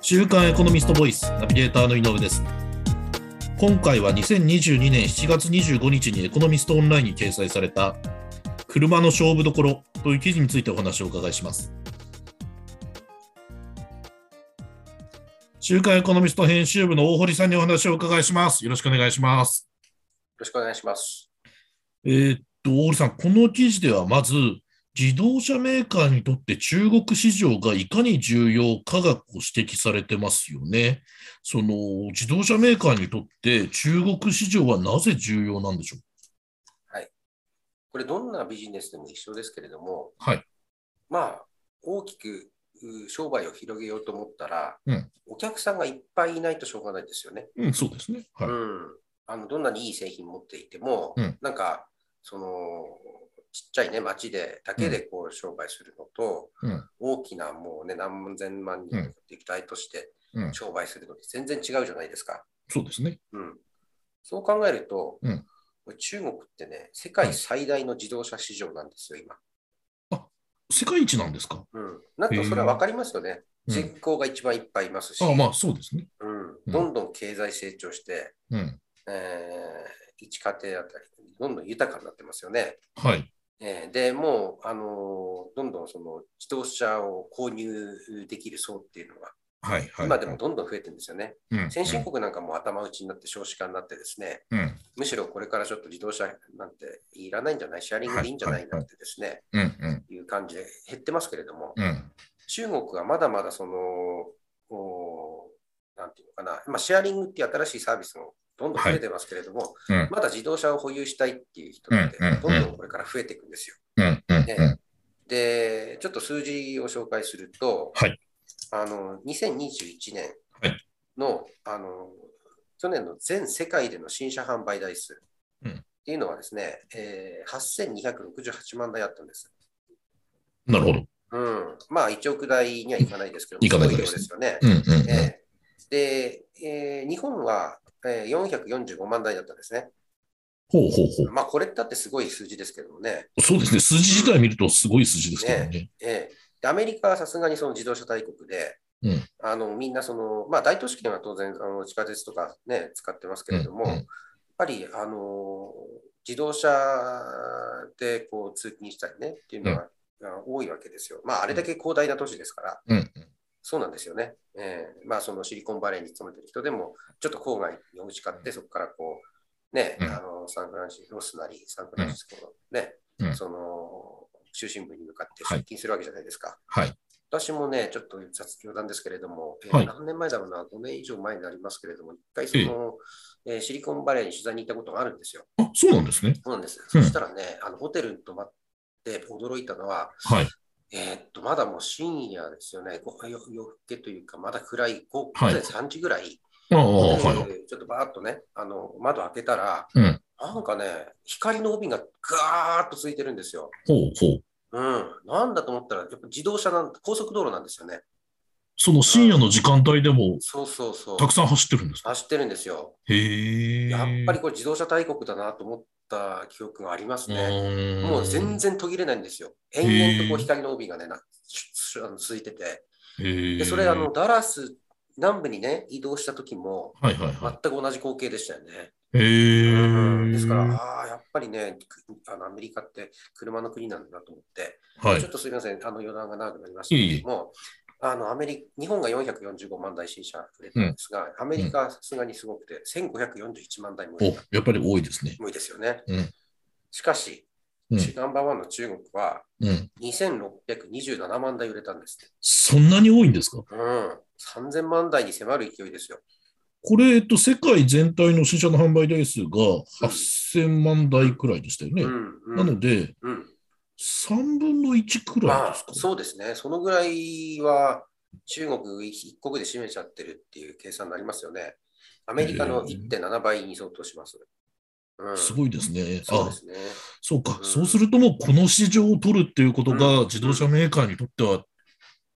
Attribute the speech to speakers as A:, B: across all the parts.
A: 週刊エコノミストボイスナビゲーターの井上です今回は2022年7月25日にエコノミストオンラインに掲載された車の勝負どころという記事についてお話をお伺いします週刊エコノミスト編集部の大堀さんにお話をお伺いしますよろしくお願いします
B: よろしくお願いします。
A: えーっと、大堀さん、この記事ではまず、自動車メーカーにとって中国市場がいかに重要かがこう指摘されてますよね。その自動車メーカーにとって中国市場はなぜ重要なんでしょう
B: これ、どんなビジネスでも一緒ですけれども、
A: はい
B: まあ、大きくう商売を広げようと思ったら、
A: うん
B: お客さんがいっぱいいないとしょうがないですよね。。
A: うん、そうですね。はいう
B: ん、あのどんなにいい製品持っていても、
A: うん
B: なんか、その、ちっちゃいね、町で、だけでこう商売するのと、
A: うん
B: 大きなもうね、何千万人
A: う
B: の
A: ん
B: 敵体として
A: うん
B: 商売するのって全然違うじゃないですか。
A: そうですね。
B: うん、そう考えると、
A: うん
B: 中国ってね、世界最大の自動車市場なんですよ、今。
A: 世界一なんですか、
B: うん、なんとそれは分かりますよね。
A: うん
B: 人口が一番いっぱいいますし、
A: ああまあ、そうですね。
B: うん、
A: うん
B: どんどん経済成長して、
A: うん。
B: えー一家庭あたり、どんどん豊かになってますよね。
A: はい。
B: えーでもう、あのーどんどんその自動車を購入できる層っていうのが、
A: はい。はい。
B: 今でもどんどん増えてるんですよね。
A: うん、
B: 先進国なんかもう頭打ちになって少子化になってですね、
A: うん。うん。
B: むしろこれからちょっと自動車なんていらないんじゃない、シェアリングでいいんじゃないなんてですね、
A: うん。うん。
B: いう感じで減ってますけれども、
A: うん。
B: 中国はまだまだその、おーなんていうのかな、まあ、シェアリングっていう新しいサービスもどんどん増えてますけれども、
A: うん
B: まだ自動車を保有したいっていう人って
A: うんうんうん、
B: どんどんこれから増えていくんですよ。
A: うん。うん。うん。
B: で、ちょっと数字を紹介すると、
A: はい
B: あの2021年
A: はい
B: の,、あの去年の全世界での新車販売台数
A: うん
B: っていうのはですね、えー8268万台あったんです。
A: なるほど。
B: うん、まあ1億台にはいかないですけども、
A: いかない
B: す
A: ぐ
B: ご
A: らい
B: 量
A: でね
B: ですす
A: う
B: よね。
A: ん。うん。うん。
B: ええで、えー日本は、えー、445万台だったんですね。
A: ほうほうほう。
B: まあ、これだってすごい数字ですけどもね。
A: そうですね。数字自体見るとすごい数字ですけどね。
B: ええでアメリカはさすがにその自動車大国で、
A: うん
B: あのみんなその、まあ、大都市圏は当然あの地下鉄とか、ね、使ってますけれども、
A: うんうん
B: やっぱり、あの自動車でこう通勤したりねっていうのが、あ多いわけですよ。まあ、あれだけ広大な都市ですから。
A: うん。
B: そうなんですよね。えーまあ、そのシリコンバレーに勤めてる人でも、ちょっと郊外にお家買って、そこからこう、ね、
A: うん
B: あのサンフランシスコ、ロスなり、サンフランシスコのね、
A: うん
B: その中心部に向かって
A: はい
B: 出勤するわけじゃないですか。
A: はい。
B: 私もね、ちょっと雑談なんですけれども、えー
A: はい
B: 何年前だろうな、5年以上前になりますけれども、一回その、えーシリコンバレーに取材に行ったことがあるんですよ。
A: あ、そうなんですね。
B: そうなんです。
A: うん
B: そしたらね、あのホテルに泊まって驚いたのは、
A: はい。
B: えーっと、まだもう深夜ですよね、ご夜夜更けというか、まだ暗い、ご午
A: はい
B: 前3時ぐらい、
A: ああ、
B: ホテル
A: はい。
B: ちょっとバーッとね、あの窓開けたら、
A: うん。
B: なんかね、光の帯がガーッとついてるんですよ。
A: ほうほう。
B: うん、なんだと思ったら、やっぱ自動車なん、高速道路なんですよね。
A: その深夜の時間帯でも
B: そうそうそう。
A: たくさん走ってるんですか
B: 走ってるんですよ。
A: へえ。
B: やっぱりこれ、自動車大国だなと思った記憶がありますね。
A: う
B: もう全
A: 然。
B: 然途切れないんですよ。延々とこう光の帯がね、なしあのついてて。
A: へえ。
B: で、それ、あの、、ダラス南部にね、移動した時も、
A: はいはい
B: 全
A: は
B: く同じ光景でしたよね。
A: い。へ
B: う
A: え。
B: んですから、ああ、やっぱりね、くあのアメリカって車の国なんだなと思って、
A: は
B: ち
A: い
B: ょっ。とすみません、あの余談が長くなりましたけども、あのアメリ日本が445万台新車売れたんですが、アメリカはさすがにすごくて、1541万台も売
A: お
B: れた。、
A: やっぱり多いですね。
B: 多いですよね。
A: うん
B: しかし、
A: うん
B: ナンバーワンの中国は
A: うん。
B: 2627万台売れたんですって。
A: そんなに多いんですか
B: うん、3000万台に迫る勢いですよ。
A: これ、えっと、世界全体の新車の販売台数が8000万台くらいでしたよね。
B: うんうん
A: なので、
B: うん、
A: 3分の1くらい
B: ま
A: で
B: あ
A: すか、
B: そうですね、そのぐらいは中国一国で占めちゃってるっていう計算になりますよね。アメリカの
A: へえ
B: 1.7倍に相当します。うん、
A: すごいですね。
B: そう
A: あ
B: で、すね。
A: そうか、
B: うん
A: そうするともうこの市場を取るっていうことが
B: うん
A: 自動車メーカーにとっては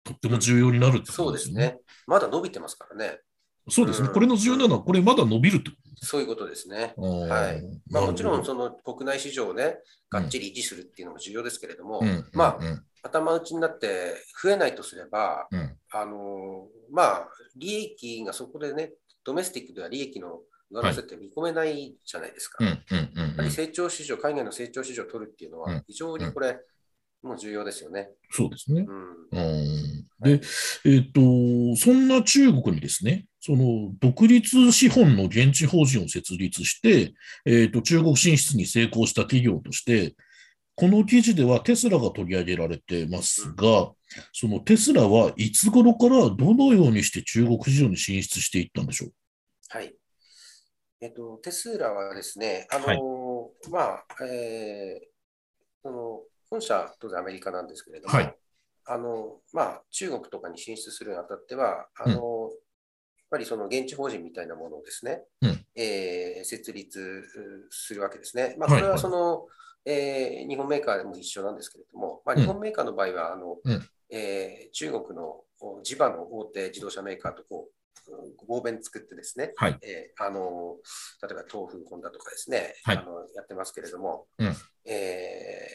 A: とっても重要になるってこ
B: そ
A: と
B: う
A: で
B: ですす
A: ね。
B: ね。まだ伸びてますからね。
A: そうですね。
B: うん
A: これの重要なのは、これまだ伸びるってこ
B: そういうことですね。
A: と。
B: はいまあ、もちろん
A: ん、
B: その国内市場をね、がっちり維持するっていうのも重要ですけれども、
A: うん
B: まあ
A: うん
B: 頭打ちになって増えないとすれば、
A: うん
B: あのまあ、利益がそこでね、ドメスティックでは利益の上乗せって見込めないじゃないですか。
A: うん
B: やっ
A: うんうん
B: ぱ
A: う
B: り
A: ん。
B: 成長市場、海外の成長市場を取るっていうの
A: うん
B: は、非常にこれ、もう重要ですよね。
A: そうですね。
B: うん。
A: うんで、えっ、と、そんな中国にですね、その独立資本の現地法人を設立して、えっ、と、中国進出に成功した企業として、この記事ではテスラが取り上げられてますが、そのテスラはいつ頃からどのようにして中国市場に進出していったんでしょう
B: はい。えっと、テスラはですね、あの
A: はい
B: まあ、えーその、本社は当然アメリカなんですけれども、
A: はい
B: あの、まあ、中国とかに進出するにあたっては、あの、やっぱりその現地法人みたいなものをですね、
A: うん
B: えー設立うするわけですね。まあ、
A: はい
B: これはその、えー日本メーカーでも一緒なんですけれども、まあ、
A: うん
B: 日本メーカーの場合は、あの、
A: うん
B: えー中国のお地場の大手自動車メーカーとこう、合弁作ってですね、
A: はい
B: えーあの例えば東風本だとかですね、
A: はい
B: あのやってますけれども、
A: うん
B: えー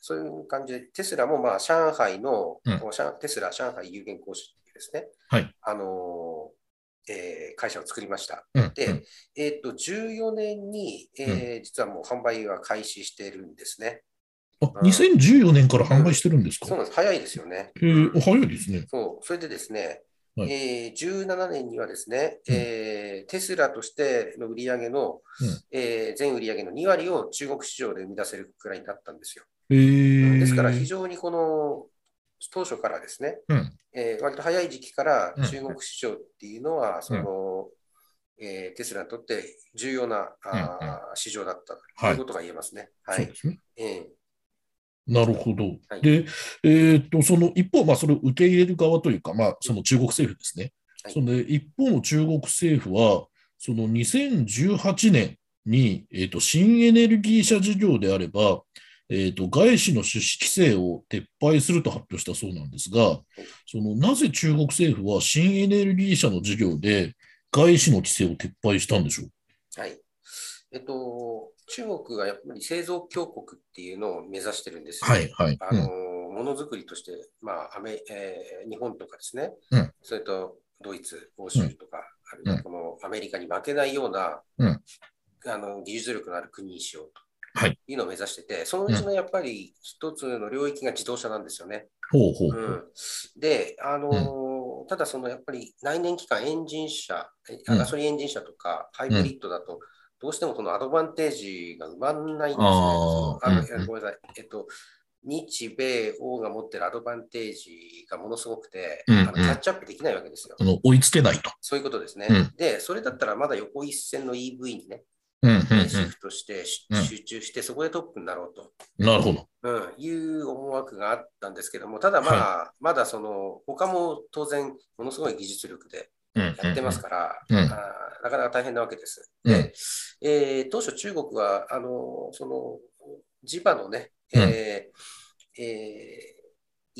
B: そういう感じで、テスラも、まあ、上海の、
A: うん
B: こうシャンテスラ上海有限公司っていうですね、
A: はい
B: あのえー会社を作りました。
A: うん
B: で
A: うん
B: えっと14年に、えー実はもう販売は開始してるんですね。
A: あ、2014年から販売してるんです
B: そう
A: か、
B: なんです、早いですよね。
A: えー、早いですね。
B: そう、それでですね、
A: はい
B: えー17年にはですね、
A: うん
B: えーテスラとしての売り上げの、
A: うん
B: えー全売り上げの2割を中国市場で生み出せるくらいになったんですよ。
A: えー、
B: ですから非常にこの当初からですね、
A: うん
B: えー割と早い時期から
A: うん
B: 中国市場っていうのは、その、えーテスラにとって重要なあー市場だったと
A: はい
B: いうことが言えますね。は
A: そう
B: い。
A: ですね。
B: え
A: なるほど。
B: はい
A: で、えーっと、その一方、まあ、それを受け入れる側というか、まあ、その中国政府ですね。
B: はい
A: その一方の中国政府は、その2018年に、えーっと新エネルギー車事業であれば、えーっと外資の出資規制を撤廃すると発表したそうなんですが、そのなぜ中国政府は新エネルギー車の事業で外資の規制を撤廃したんでしょう
B: ーはい。えっと、中国がやっぱり製造強国っていうのを目指してるんですよ。
A: はい、はい。
B: あのものづくりとして、まあアメえー日本とかですね、
A: うん
B: それとドイツ、欧州とか、あるいはこのアメリカに負けないような、
A: うん
B: あの技術力のある国にしよう
A: は
B: と
A: い
B: いうのを目指してて、そのうちのやっぱり一つの領域が自動車なんですよね。
A: ほうほうほ
B: う
A: う。
B: ん、で、あのーただそのやっぱり内燃機関エンジン車、えあ
A: うん
B: ガソリンエンジン車とかハイブリッドだと、どうしてもそのアドバンテージが埋まんないんですね。
A: あー
B: そうあの
A: うんうん
B: ごめんなさい。えっと、日米欧が持ってるアドバンテージがものすごくて、
A: うんうん
B: あのキャッチアップできないわけですよ。
A: あの追いつけないと。
B: そういうことですね。
A: うん
B: で、それだったらまだ横一線の EV にね、
A: うんうん
B: シフトして、し
A: うん
B: 集中して、そこでトップになろうと。
A: うん、なるほど。
B: うん、いう思惑があったんですけども、ただまあ、まだその、他も当然、ものすごい技術力で
A: や
B: やってますから、
A: うんうん
B: あーなかなか大変なわけです。
A: うん
B: で、えー当初、中国は、あの、その、地場のね、
A: うん
B: えーえー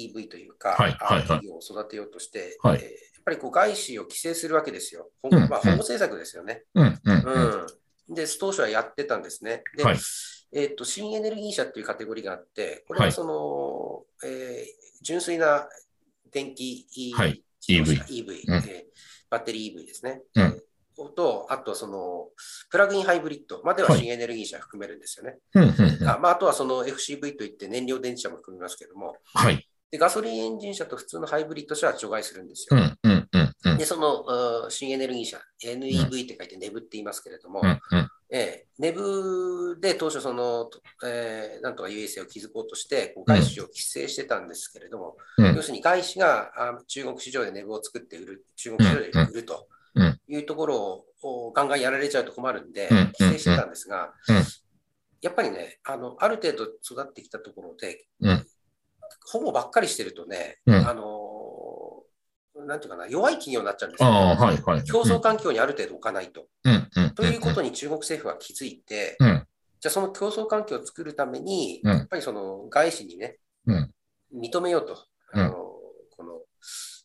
B: EV というか、
A: はいはいはい
B: 企業を育てようとして、
A: はい
B: えーやっぱりこう外資を規制するわけですよ。ほ
A: うん
B: まあ、
A: うん
B: 保護政策ですよね。
A: うんうんうん
B: うん、で、当初はやってたんですね。で、
A: はい
B: えっと新エネルギー車っていうカテゴリーがあって、これ
A: はい
B: はその、えー純粋な電気、E
A: はい
B: 自動車 EV
A: うん
B: えーバッテリー EV ですね。
A: うん
B: えーと、あとそのプラグインハイブリッドまでは
A: はい
B: 新エネルギー車含めるんですよね。
A: うんうんうん
B: あまあ、あとはその FCV といって燃料電池車も含みますけども
A: はい。
B: で、ガソリンエンジン車と普通のハイブリッド車は除外するんです
A: う
B: よ。
A: んうんうんうん
B: で、そのうん新エネルギー車、NEV って書いてネブって言いますけれども、
A: うんうん
B: ええ、ネブで当初その、とえーなんとか優位性を築こうとして、こう外資を規制してたんですけれども、
A: うん
B: 要するに外資があ中国市場でネブを作って売る、中国市場で売ると
A: うん
B: いうところをこうガンガンやられちゃうと困るんで、
A: うん
B: 規制してたんですが
A: うんうん、
B: やっぱりね、あのある程度育ってきたところで
A: うん、
B: ほぼばっかりしてるとね、
A: うん
B: あのーなんていうかな、弱い企業になっちゃうんですよ。
A: ああ、はいはい。
B: 競争環境にある程度置かないと。
A: うんうん。
B: ということに中国政府は気づいて、
A: うん
B: じゃあその競争環境を作るために、
A: うん
B: やっぱりその外資にね、
A: うん
B: 認めようと、
A: うん
B: あのこの、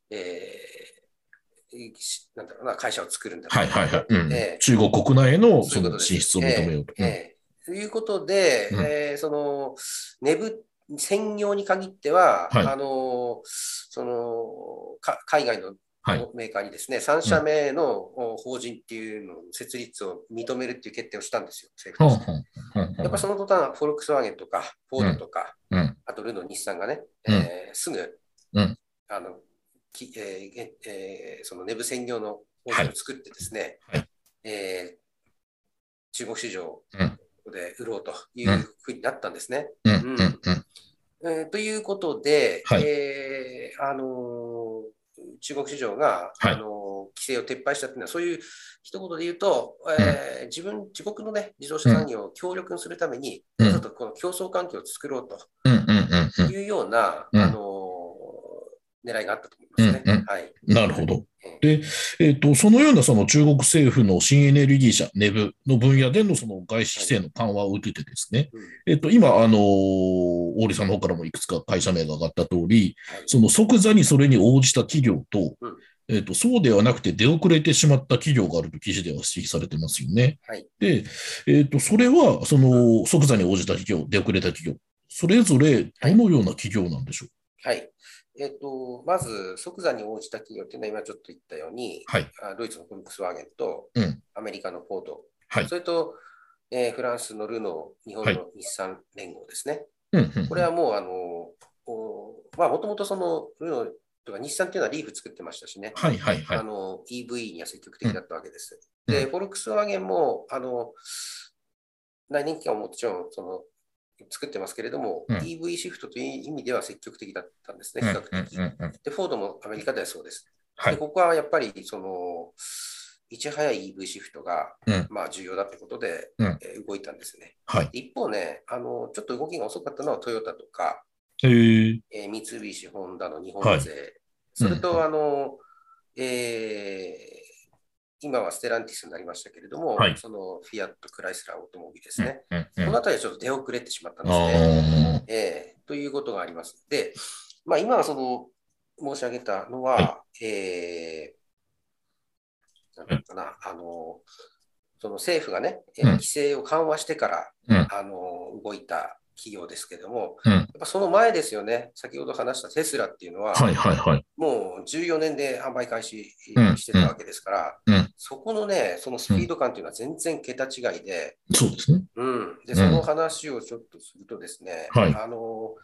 B: えーしなんだろうな、会社を作るんだと
A: はいはいはい。うん
B: ええ
A: 中国国内への
B: そ
A: そう
B: いうこ
A: の
B: とです
A: 進出を認めようと。
B: ええということで、
A: うん
B: えーその、ネブ専業に限っては、
A: はい
B: あのそのか海外の
A: はい
B: メーカーにですね、3社目のお法人っていうのを設立を認めるっていう決定をしたんですよ、
A: ほ
B: 政
A: ん
B: 府
A: ほ
B: とし
A: ん
B: て
A: ほんほん
B: やっぱその途端、フォルクスワーゲンとか、フォードとか、
A: うん
B: あとルノー、日産がね、
A: うん
B: えーすぐ、
A: うん
B: あのきえーええーそのネブ専業の法人を作ってですね、
A: はいは
B: えー中国市場
A: うん
B: で売ろうとい
A: うん
B: うふうになったんですね。
A: うんうんうん
B: えーということで、
A: はい
B: えーあのー中国市場が、
A: はい
B: あのー規制を撤廃したっていうのは、そういう一言で言うと、えー自分、自国のね、自動車産業を強力にするために、
A: うん
B: ちょっとこの競争環境を作ろう
A: うんうんうん
B: というような、
A: うん
B: あのー狙いがあったと思いますね。
A: うんうん
B: はい。
A: うんなるほど。で、えっとそのようなその中国政府の新エネルギー社、ネブの分野でのその外資規制の緩和を受けてですね、
B: うん
A: えっと今、あのー大利さんの方からもいくつか会社名が上がった通り、
B: はい
A: その即座にそれに応じた企業と、
B: うん
A: えっとそうではなくて出遅れてしまった企業があると記事では指摘されてますよね。
B: はい
A: で、えっとそれはその即座に応じた企業、出遅れた企業、それぞれどのような企業なんでしょう
B: はい。えっ、と、まず、即座に応じた企業っていうのは、今ちょっと言ったように、
A: はい
B: あドイツのフォルクスワーゲンと、
A: うん
B: アメリカのフォード、
A: はい
B: それと、えーフランスのルノー、日本
A: はい
B: の日産連合ですね。
A: うんうん
B: これはもう、あの、おまあ、もともとその、ルノーとか日産っていうのはリーフ作ってましたしね。
A: はいはいはい
B: あ。の EV には積極的だったわけです。
A: うん
B: で、フォルクスワーゲンも、あの、内燃機関はもちろん、その、作ってますけれども、
A: うん
B: EV シフトという意味では積極的だったんです
A: うん
B: ね、
A: う
B: 比
A: ん
B: 較的。
A: うんうん
B: で、フォードもアメリカではそうです。
A: はい
B: で、ここはやっぱり、その、いち早い EV シフトが、
A: うん
B: まあ、重要だということで、
A: うん
B: えー動いたんですね。
A: はい。
B: 一方ね、あの、ちょっと動きが遅かったのはトヨタとか、
A: えー
B: えー三菱、ホンダの日本
A: はい
B: 勢、それ
A: うん
B: と、あの、えー今はステランティスになりましたけれども、
A: はい
B: そのフィアット、クライスラー、オートモビルですね。
A: うんうん
B: こ
A: うん
B: の辺りはちょっと出遅れてしまったんですね。
A: あー
B: えーということがあります。で、まあ、今はその申し上げたのは、
A: は
B: えーなんていうのかな、あの、その政府がね、えー
A: うん
B: 規制を緩和してから、
A: うん
B: あの動いた企業ですけども、
A: うん
B: やっぱその前ですよね、先ほど話したテスラっていうのは、
A: はいはいはい。
B: もう14年で販売開始
A: うん
B: してたわけですから、
A: うん
B: そこのね、そのスピード感っていうのは全然桁違いで、
A: そうですね。
B: うん、
A: う
B: で、
A: ん
B: その話をちょっとするとですね、
A: はい
B: あの、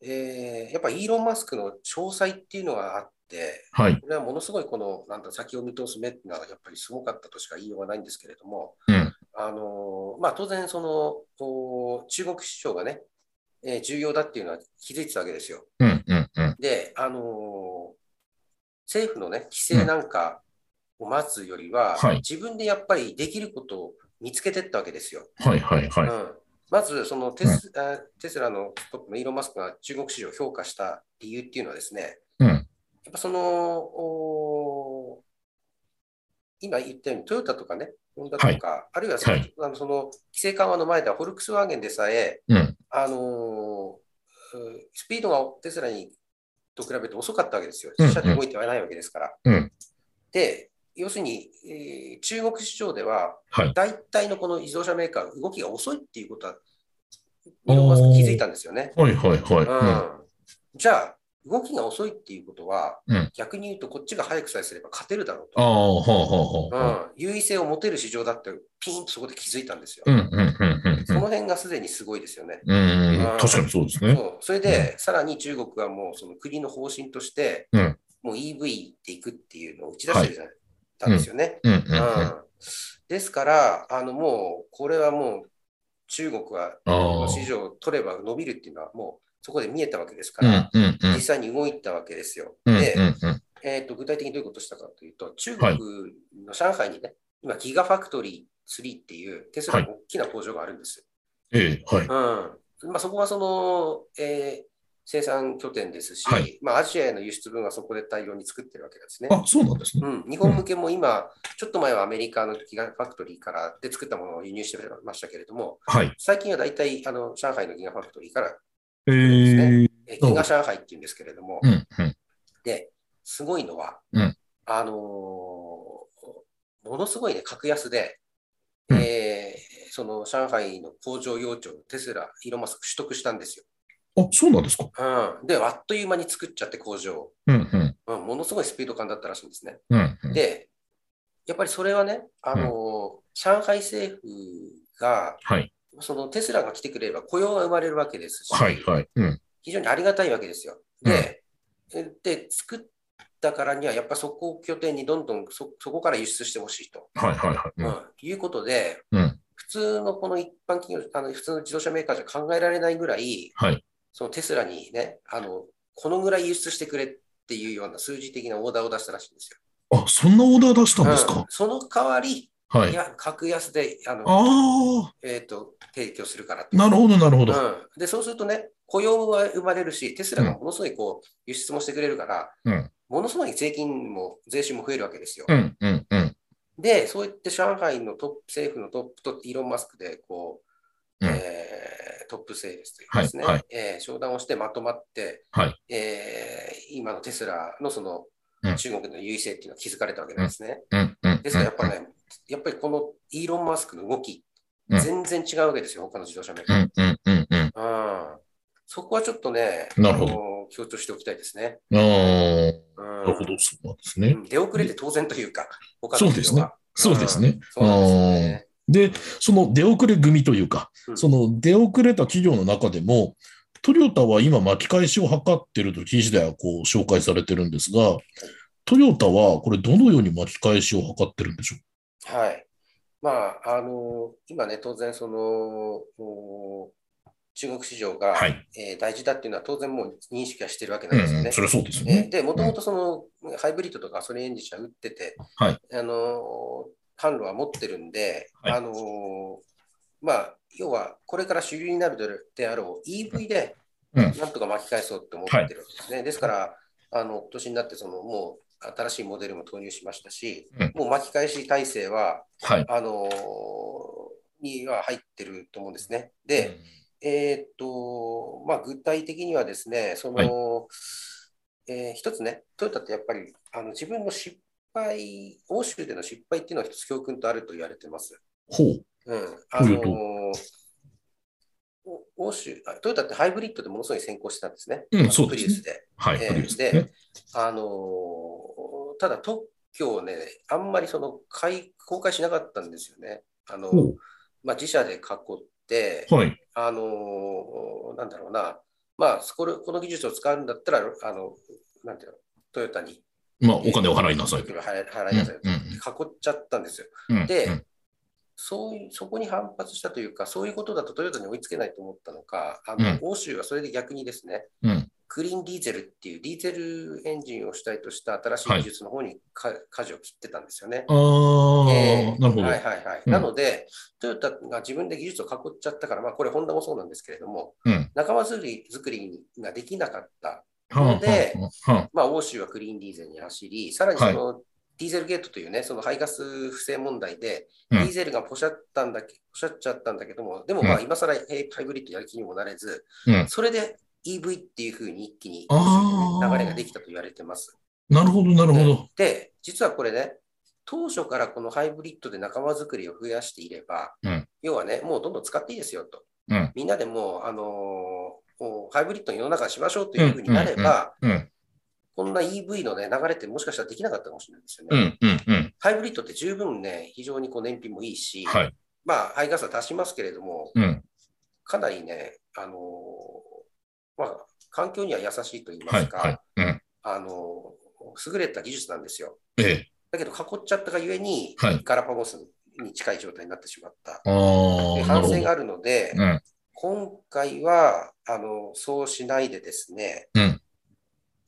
B: えーやっぱイーロン・マスクの詳細っていうのがあって、
A: はい。
B: これはものすごいこの、なんだ、先を見通す目っていうのはやっぱりすごかったとしか言いようがないんですけれども、
A: うん
B: あの、まあ当然その、こう中国市場がね、えー重要だっていうのは気づいてたわけですよ。
A: うんうんうん。
B: で、あの、政府のね、規制なんかを待つよりは、
A: はい
B: 自分でやっぱりできることを見つけてったわけですよ。
A: はいはいはい。
B: うんまず、そのテス,あ、テスラのトップのイーロン・マスクが中国市場を評価した理由っていうのはですね、
A: うん
B: やっぱその、おー今言ったようにトヨタとかね、ホンダとか、あるいはその,、
A: はい
B: あのその規制緩和の前ではフォルクスワーゲンでさえ、
A: うん
B: あのーうスピードがテスラにと比べて遅かったわけですよ。
A: うんうん
B: 自社で動いてはないわけですから。
A: うん
B: で、要するに、えー中国市場では、
A: はい
B: 大体のこの自動車メーカー、動きが遅いっていうことは、イーロンマスク気づいたんですよね。
A: はいはい
B: うん
A: は
B: じゃあ、動きが遅いっていうことは、
A: うん
B: 逆に言うと、こっちが早くさえすれば勝てるだろう
A: い。あ
B: と、
A: あ、はあはあ
B: う
A: はあ。
B: ん、優位性を持てる市場だって、ピンとそこで気づいたんですよ。
A: うんうんうんうん
B: その辺がすでにすごいですよね。
A: うん。うん。確かにそうですね。
B: そうそれで、さらに中国はもうその国の方針として、
A: うん
B: もう EV でいくっていうのを打ち出してるじゃない、たんですよね。
A: うんうん
B: う
A: うんん。あ
B: ですから、あのもうこれはもう中国は
A: あ。
B: 市場を取れば伸びるっていうのはもうそこで見えたわけですか
A: うんう
B: ら、
A: んうん。
B: 実際に動いたわけですよ。
A: うんうん
B: で、
A: うん。
B: えーと、具体的にどういうことをしたかというと、中国の上海にね、今、ギガファクトリー3っていうテスラの大きな工場があるんです。
A: ええ、はい。
B: うんまあ、そこはその、えー生産拠点ですし、
A: はい
B: まあ、アジアへの輸出分はそこで大量に作ってるわけですね。
A: あ、そうなんですね。
B: うん、日本向けも今、ちょっと前はアメリカのギガファクトリーからで作ったものを輸入してましたけれども、
A: はい。
B: 最近は大体あの上海のギガファクトリーから、
A: ええ。
B: え
A: そう
B: ギガ上海っていうんですけれども、
A: うんうん。
B: で、すごいのは、
A: うん
B: あのーものすごいね、格安で、
A: うん
B: えーその上海の工場用地をテスラ、イーロン・マスク取得したんですよ。
A: あ、そうなんですか。
B: うん、で、あっという間に作っちゃって工場、
A: うん、うん、
B: うん、ものすごいスピード感だったらしいんですね。
A: うん、うん。
B: で、やっぱりそれはね、あの上海政府が、
A: はい、
B: そのテスラが来てくれれば雇用が生まれるわけですし、
A: はい、はい。うん、
B: 非常にありがたいわけですよ。で、で作ったからには、やっぱそこを拠点にどんどんそそこから輸出してほしいと、
A: はい、はい、はい。
B: う
A: うんん、
B: いうことで、
A: うん
B: 普通のこの一般企業、あの普通の自動車メーカーじゃ考えられないぐらい、
A: はい。
B: そのテスラにね、あのこのぐらい輸出してくれっていうような数字的なオーダーを出したらしいんですよ。
A: あ、そんなオーダー出したんです
B: うん
A: か。
B: その代わり、
A: はいい。あ
B: や格安であの、
A: あ
B: えー、と提供するから
A: ー、なるほど、なるほど。
B: うん、でそうするとね、雇用は生まれるし、テスラがものすごいこう輸出もしてくれるから、
A: うん、
B: ものすごい税金も税収も増えるわけですよ。
A: うん、うん、うん。
B: で、そうやって上海のトップ政府のトップとイーロン・マスクでこう、
A: うん
B: えートップセールスというかですね、
A: はいはい
B: えー商談をしてまとまって、
A: はい
B: えー今のテスラのその
A: うん
B: 中国の優位性っていうのは気づかれたわけなんですね。
A: うん、うん。
B: ですからやっぱね、やっぱりこのイーロン・マスクの動き、
A: うん
B: 全然違うわけですよ、他の自動車メーカーと
A: うん、うん、うん、うん。
B: うんそこはちょっとね、
A: なるほど
B: あの強調しておきたいですね。
A: あー
B: うん
A: なるほど、そうなんです
B: う
A: ね。
B: ん出遅れて当然というか、他
A: そう
B: の
A: ですね
B: 企業が
A: そうですね。
B: そうなん
A: で、その出遅れ組というか、
B: うん
A: その出遅れた企業の中でも、トヨタは今巻き返しを図っていると記事ではこう紹介されてるんですが、トヨタはこれどのように巻き返しを図ってるんでしょ
B: すね。はい。まあ、あの、今ね、当然、その、もう中国市場が、
A: う。い。
B: えー大事だっていうのは当然もう認識はしてるわけな
A: うんん、
B: ですよ
A: う
B: ね
A: ん、。それはそうですよ
B: えー
A: ね。
B: で、もともとそのハイブリッドとかガソリンエンジン車売ってて、
A: はい
B: あのー販路は持ってるんで、
A: はい
B: あのーまあ、要はこれから主流になるであろう EV で
A: うん
B: なんとか巻き返そうって思ってるんですね。ですから、あの今年になってそのもう新しいモデルも投入しましたし、
A: うん
B: もう巻き返し体制は
A: はい。
B: あのーには入ってると思うんですね。で、えーっと、まあ、具体的にはですね、その、えー一つね、トヨタってやっぱり、あの、自分の失敗、欧州での失敗っていうのは一つ教訓とあると言われてます。
A: ほう。
B: うん。あの
A: どういうこと
B: お欧州、あトヨタってハイブリッドでものすごい先行してたんですね。
A: うん
B: あの
A: そうですね
B: プリウスで。
A: はい。
B: えー
A: ありますね。
B: あのーただ特許をね、あんまりその開公開しなかったんですよね。あの、
A: ほ
B: まあ、自社で囲って、
A: う。はい。
B: あのーなんだろうな、まあ、そこでこの技術を使うんだったら、あの、なんていうの、トヨタに。
A: まあ、お金を払いなさい
B: ト
A: と。
B: ヨタに払
A: う
B: い
A: ん、
B: なさい。囲
A: う
B: っちゃったんですよ。
A: ん、うん。
B: で
A: うん
B: そういう、そこに反発したというか、そういうことだとトヨタに追いつけないと思ったのか、あの、
A: うん
B: 欧州はそれで逆にですね、
A: うん
B: クリーンディーゼルっていうディーゼルエンジンを主体とした新しい技術の方にか、舵を切ってたんですよね。
A: ああ、
B: えー
A: なるほど。
B: はいはいはい。
A: うん
B: なので、トヨタが自分で技術を囲っちゃったから、まあ、これ、ホンダもそうなんですけれども、
A: うん
B: 仲間作り作りができなかった、
A: はあ
B: で
A: はあは
B: まあ、欧州はクリーンディーゼルに走り、さらにその、ディーゼルゲートというね、その排ガス不正問題で、
A: うん
B: ディーゼルがポシャったんだけ、ポシャっちゃったんだけども、でもまあ
A: う
B: 今更ヘイハイブリッドやる気にもなれず、
A: うん
B: それで EV っていうふうに一気に
A: あー
B: 流れができたと言われてます。
A: あなるほど、なるほど。
B: で、実はこれね、当初からこのハイブリッドで仲間作りを増やしていれば、
A: うん
B: 要はね、もうどんどん使っていいですよと。
A: うん
B: みんなでもう、あのーもうハイブリッドの世の中にしましょうというふうになれば、
A: うん、
B: こんな EV の、ね、流れってもしかしたらできなかったかもしれないですよ
A: う
B: ね。
A: ん、うん、うん。
B: ハイブリッドって十分ね、非常にこう燃費もいいし、
A: はい。
B: まあ、排ガスは出しますけれども、
A: うん、
B: かなりね、あのーまあ、環境には優しいと言いま
A: は
B: す
A: い、
B: か、
A: はい。うん、
B: あのー優れた技術なんですよ。
A: ええ。
B: だけど囲っちゃったがゆえに、
A: はい
B: ガラパゴスに近い状態になってしまった。
A: あ
B: で
A: あ、な
B: 反
A: るほ
B: 省
A: ど
B: が。あるので、
A: うん、
B: 今回はあのそうしないでですね、
A: うん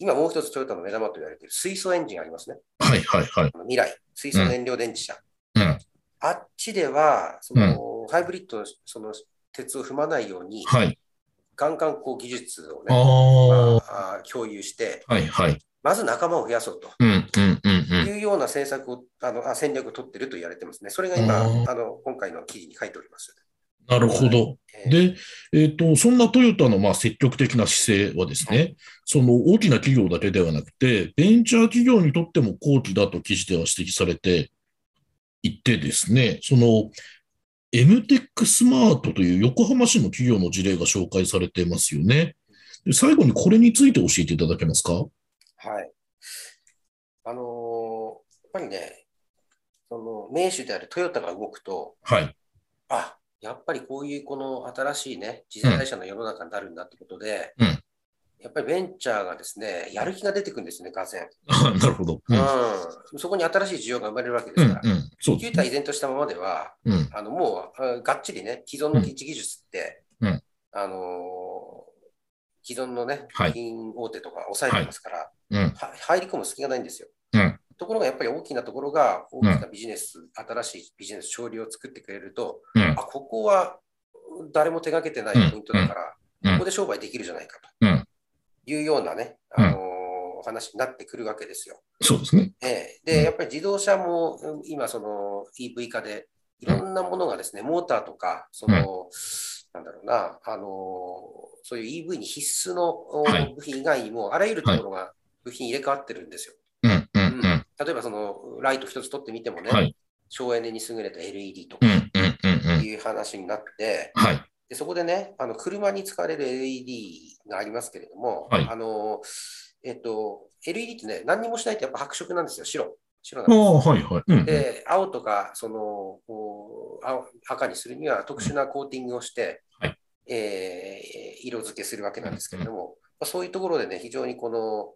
B: 今もう一つトヨタの目玉と言われている水素エンジンがありますね。
A: はい、はい、はい。
B: あの未来、水素燃料電池車。
A: うん、
B: あっちでは、そのハイブリッドのその鉄を踏まないように、
A: はい。
B: ガンガンこう技術を
A: あ
B: ね、
A: あ、
B: まああ共有して、
A: はい、はい。
B: まず仲間を増やそうと。
A: うん、うん、うん、うん。
B: いうような政策をあのあ戦略を取ってると言われてますね。それが今、
A: あー
B: あの今回の記事に書いております。
A: なるほど。
B: えー
A: で、えっと、そんなトヨタのまあ積極的な姿勢はです
B: は
A: ね、その大きな企業だけではなくて、ベンチャー企業にとっても好機だと記事では指摘されていてですね、その、エムテックスマートという横浜市の企業の事例が紹介されていますよね。で最後にこれについて教えていただけますか
B: はい。あのーやっぱりね、その名手であるトヨタが動くと、
A: はい。
B: あ、やっぱりこういうこの新しいね、次世代車の世の中になるんだってことで、
A: うん
B: やっぱりベンチャーがですね、やる気が出てくるんですね、がぜん。
A: あなるほど。うん。
B: うんそこに新しい需要が生まれるわけ
A: う
B: で
A: ん、
B: す
A: う
B: から。
A: ん。そうで
B: 旧
A: すね。
B: 態依然としたままでは、
A: うん。
B: あのもうあがっちりね、既存の技術って、
A: うん
B: あのー既存のね、
A: はい
B: 銀大手とか抑えてますから、
A: うん。
B: は入り込む隙がないんですよ。
A: うん
B: ところがやっぱり大きなところが、大きなビジネス、新しいビジネス、勝利を作ってくれると、
A: うん
B: あ。ここは誰も手がけてないポイントだから、
A: うんうん
B: ここで商売できるじゃないか
A: う
B: と
A: ん
B: いうようなね、あのーお話になってくるわけですよ。
A: そうですね。
B: ええ、
A: うん
B: で、やっぱり自動車もうん今、その EV 化でいろんなものがですね、モーターとか、その、なんだろうな、あのー、そういう EV に必須のお
A: はい
B: 部品以外にも、あらゆるところが部品入れ替わってるんですよ。
A: うん、うん、う
B: うん
A: ん。
B: 例えば、そのライト一つ取ってみても
A: は
B: ね
A: い、
B: 省エネに優れた LED と
A: う
B: か
A: ん、うん、うん、うん。
B: いう話になって、
A: はい。
B: で、そこでね、あの車に使われる LED がありますけれども、
A: はい
B: あの、えっと、LED ってね、何にもしないとやっぱ白色なんですよ、白。白なん
A: あ
B: です
A: あ、はい、はい。うんうん。
B: で、青とか、その、こう青赤にするには特殊なコーティングをして、
A: はい
B: えー色付けするわけなんですけれども、まあそういうところでね、非常にこの、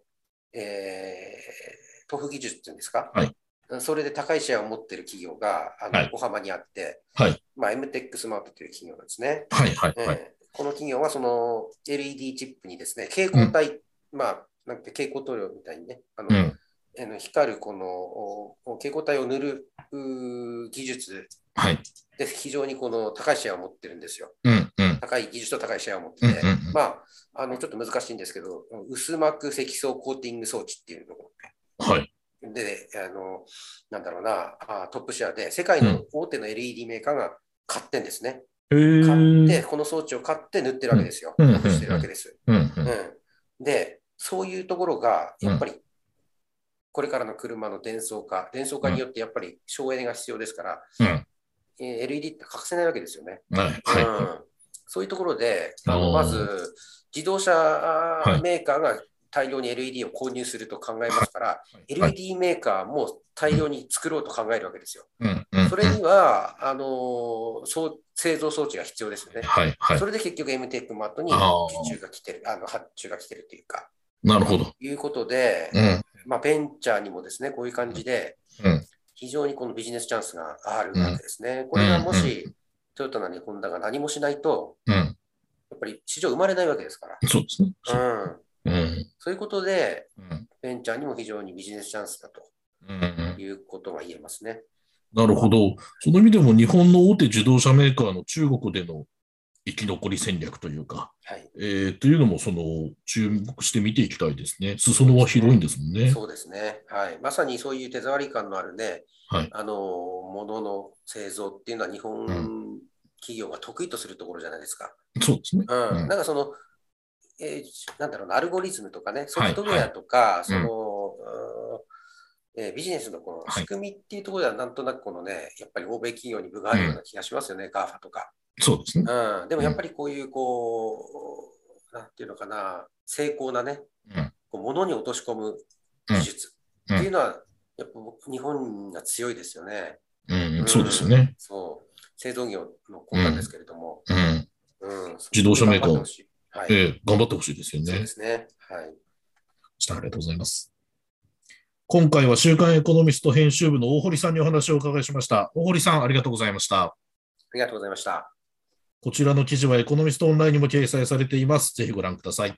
B: えー、塗布技術っていうんですか、
A: はい
B: それで高いシェアを持ってる企業が、あ
A: は
B: の
A: い
B: 横浜にあって、
A: はい
B: まあ、MTEC スマートという企業なんですね。
A: はい、はい、
B: えー
A: はい。
B: この企業はその LED チップにですね、蛍光体、まあ、なんて蛍光塗料みたいにね、あの
A: うん。
B: あの光るこのおお蛍光体を塗るうー技術
A: はい。
B: で非常にこの高いシェアを持ってるんですよ。
A: うん、うん。
B: 高い技術と高いシェアを持って
A: うん、うん
B: て、。
A: うん
B: まあ、あのちょっと難しいんですけど、薄膜積層コーティング装置っていうのを
A: はい。
B: で、あのなんだろうなあ、トップシェアで世界の大手の LED メーカーが買ってんですね。
A: え
B: 買っ
A: ー
B: て、この装置を買って塗ってるわけですよ。
A: うんうん
B: 塗布してるわけです。
A: うん、うん。
B: うん、で、そういうところが、やっぱり、これからの車の電装化、電装化によってやっぱり省エネが必要ですから、
A: うん。
B: えー LED って欠かせないわけですよね。。
A: はい、はいう
B: ん、そういうところで、あ
A: あ
B: の
A: ー
B: まず、自動車
A: い
B: メーカーが大量に LED を購入すると考えますから、
A: はい。
B: LED メーカーも大量に作ろうと考えるわけですよ。
A: うん、うん。
B: それには、あのーそう製造装置が必要ですよね。
A: はい、はい
B: そ。れで結局 M テックマットに
A: あー
B: 受注が来てる、あの発注が来てるというか、
A: なるほど。
B: いうことで、
A: うん、
B: まあ、ベンチャーにもですね、こういう感じで、
A: うん。
B: 非常にこのビジネスチャンスがあるわけですね。これがもし、トヨタなりホンダが何もしないと、
A: うん。
B: やっぱり市場生まれないわけですから。
A: そうですね。
B: うん、
A: うん。
B: そういうことで、
A: うん
B: ベンチャーにも非常にビジネスチャンスだと
A: うん
B: いうことが言えますね。
A: なるほど。その意味でも日本の大手自動車メーカーの中国での生き残り戦略というか、
B: はい、
A: えー、というのもその注目して見ていきたいですね。裾野は広いんですもんね。
B: そうですね。はい。まさにそういう手触り感のあるね、
A: はい
B: あの、ものの製造っていうのは日本
A: う
B: 企業が得意とするところじゃないですか。
A: そうですね。
B: うん。
A: うん
B: なんかその、えーなんだろうな、アルゴリズムとかね、ソ
A: はい
B: フトウェアとか、そ
A: うん
B: の、うんえービジネスのこの
A: はい
B: 仕組みっていうところではなんとなくこのね、やっぱり欧米企業に分があるような気がしますよね、GAFA とか。
A: そうですね。
B: うん、でもやっぱりこういうこう、なんていうのかな、成功なね、
A: うん
B: こう物に落とし込む技術っていうのは、やっぱ日本が強いですよね。
A: うん
B: う、ん
A: そうですよね。
B: そう、製造業の根幹ですけれども、
A: うん。
B: うん、
A: 自動車メーカー
B: 頑張ってほしいはい、
A: えー、頑張ってほしいですよ
B: そう
A: ね
B: で。すね。はい。
A: ありがとうございます。今回は週刊エコノミスト編集部の大堀さんにお話をお伺いしました。大堀さん、ありがとうございました。
B: ありがとうございました。
A: こちらの記事はエコノミストオンラインにも掲載されています。ぜひご覧ください。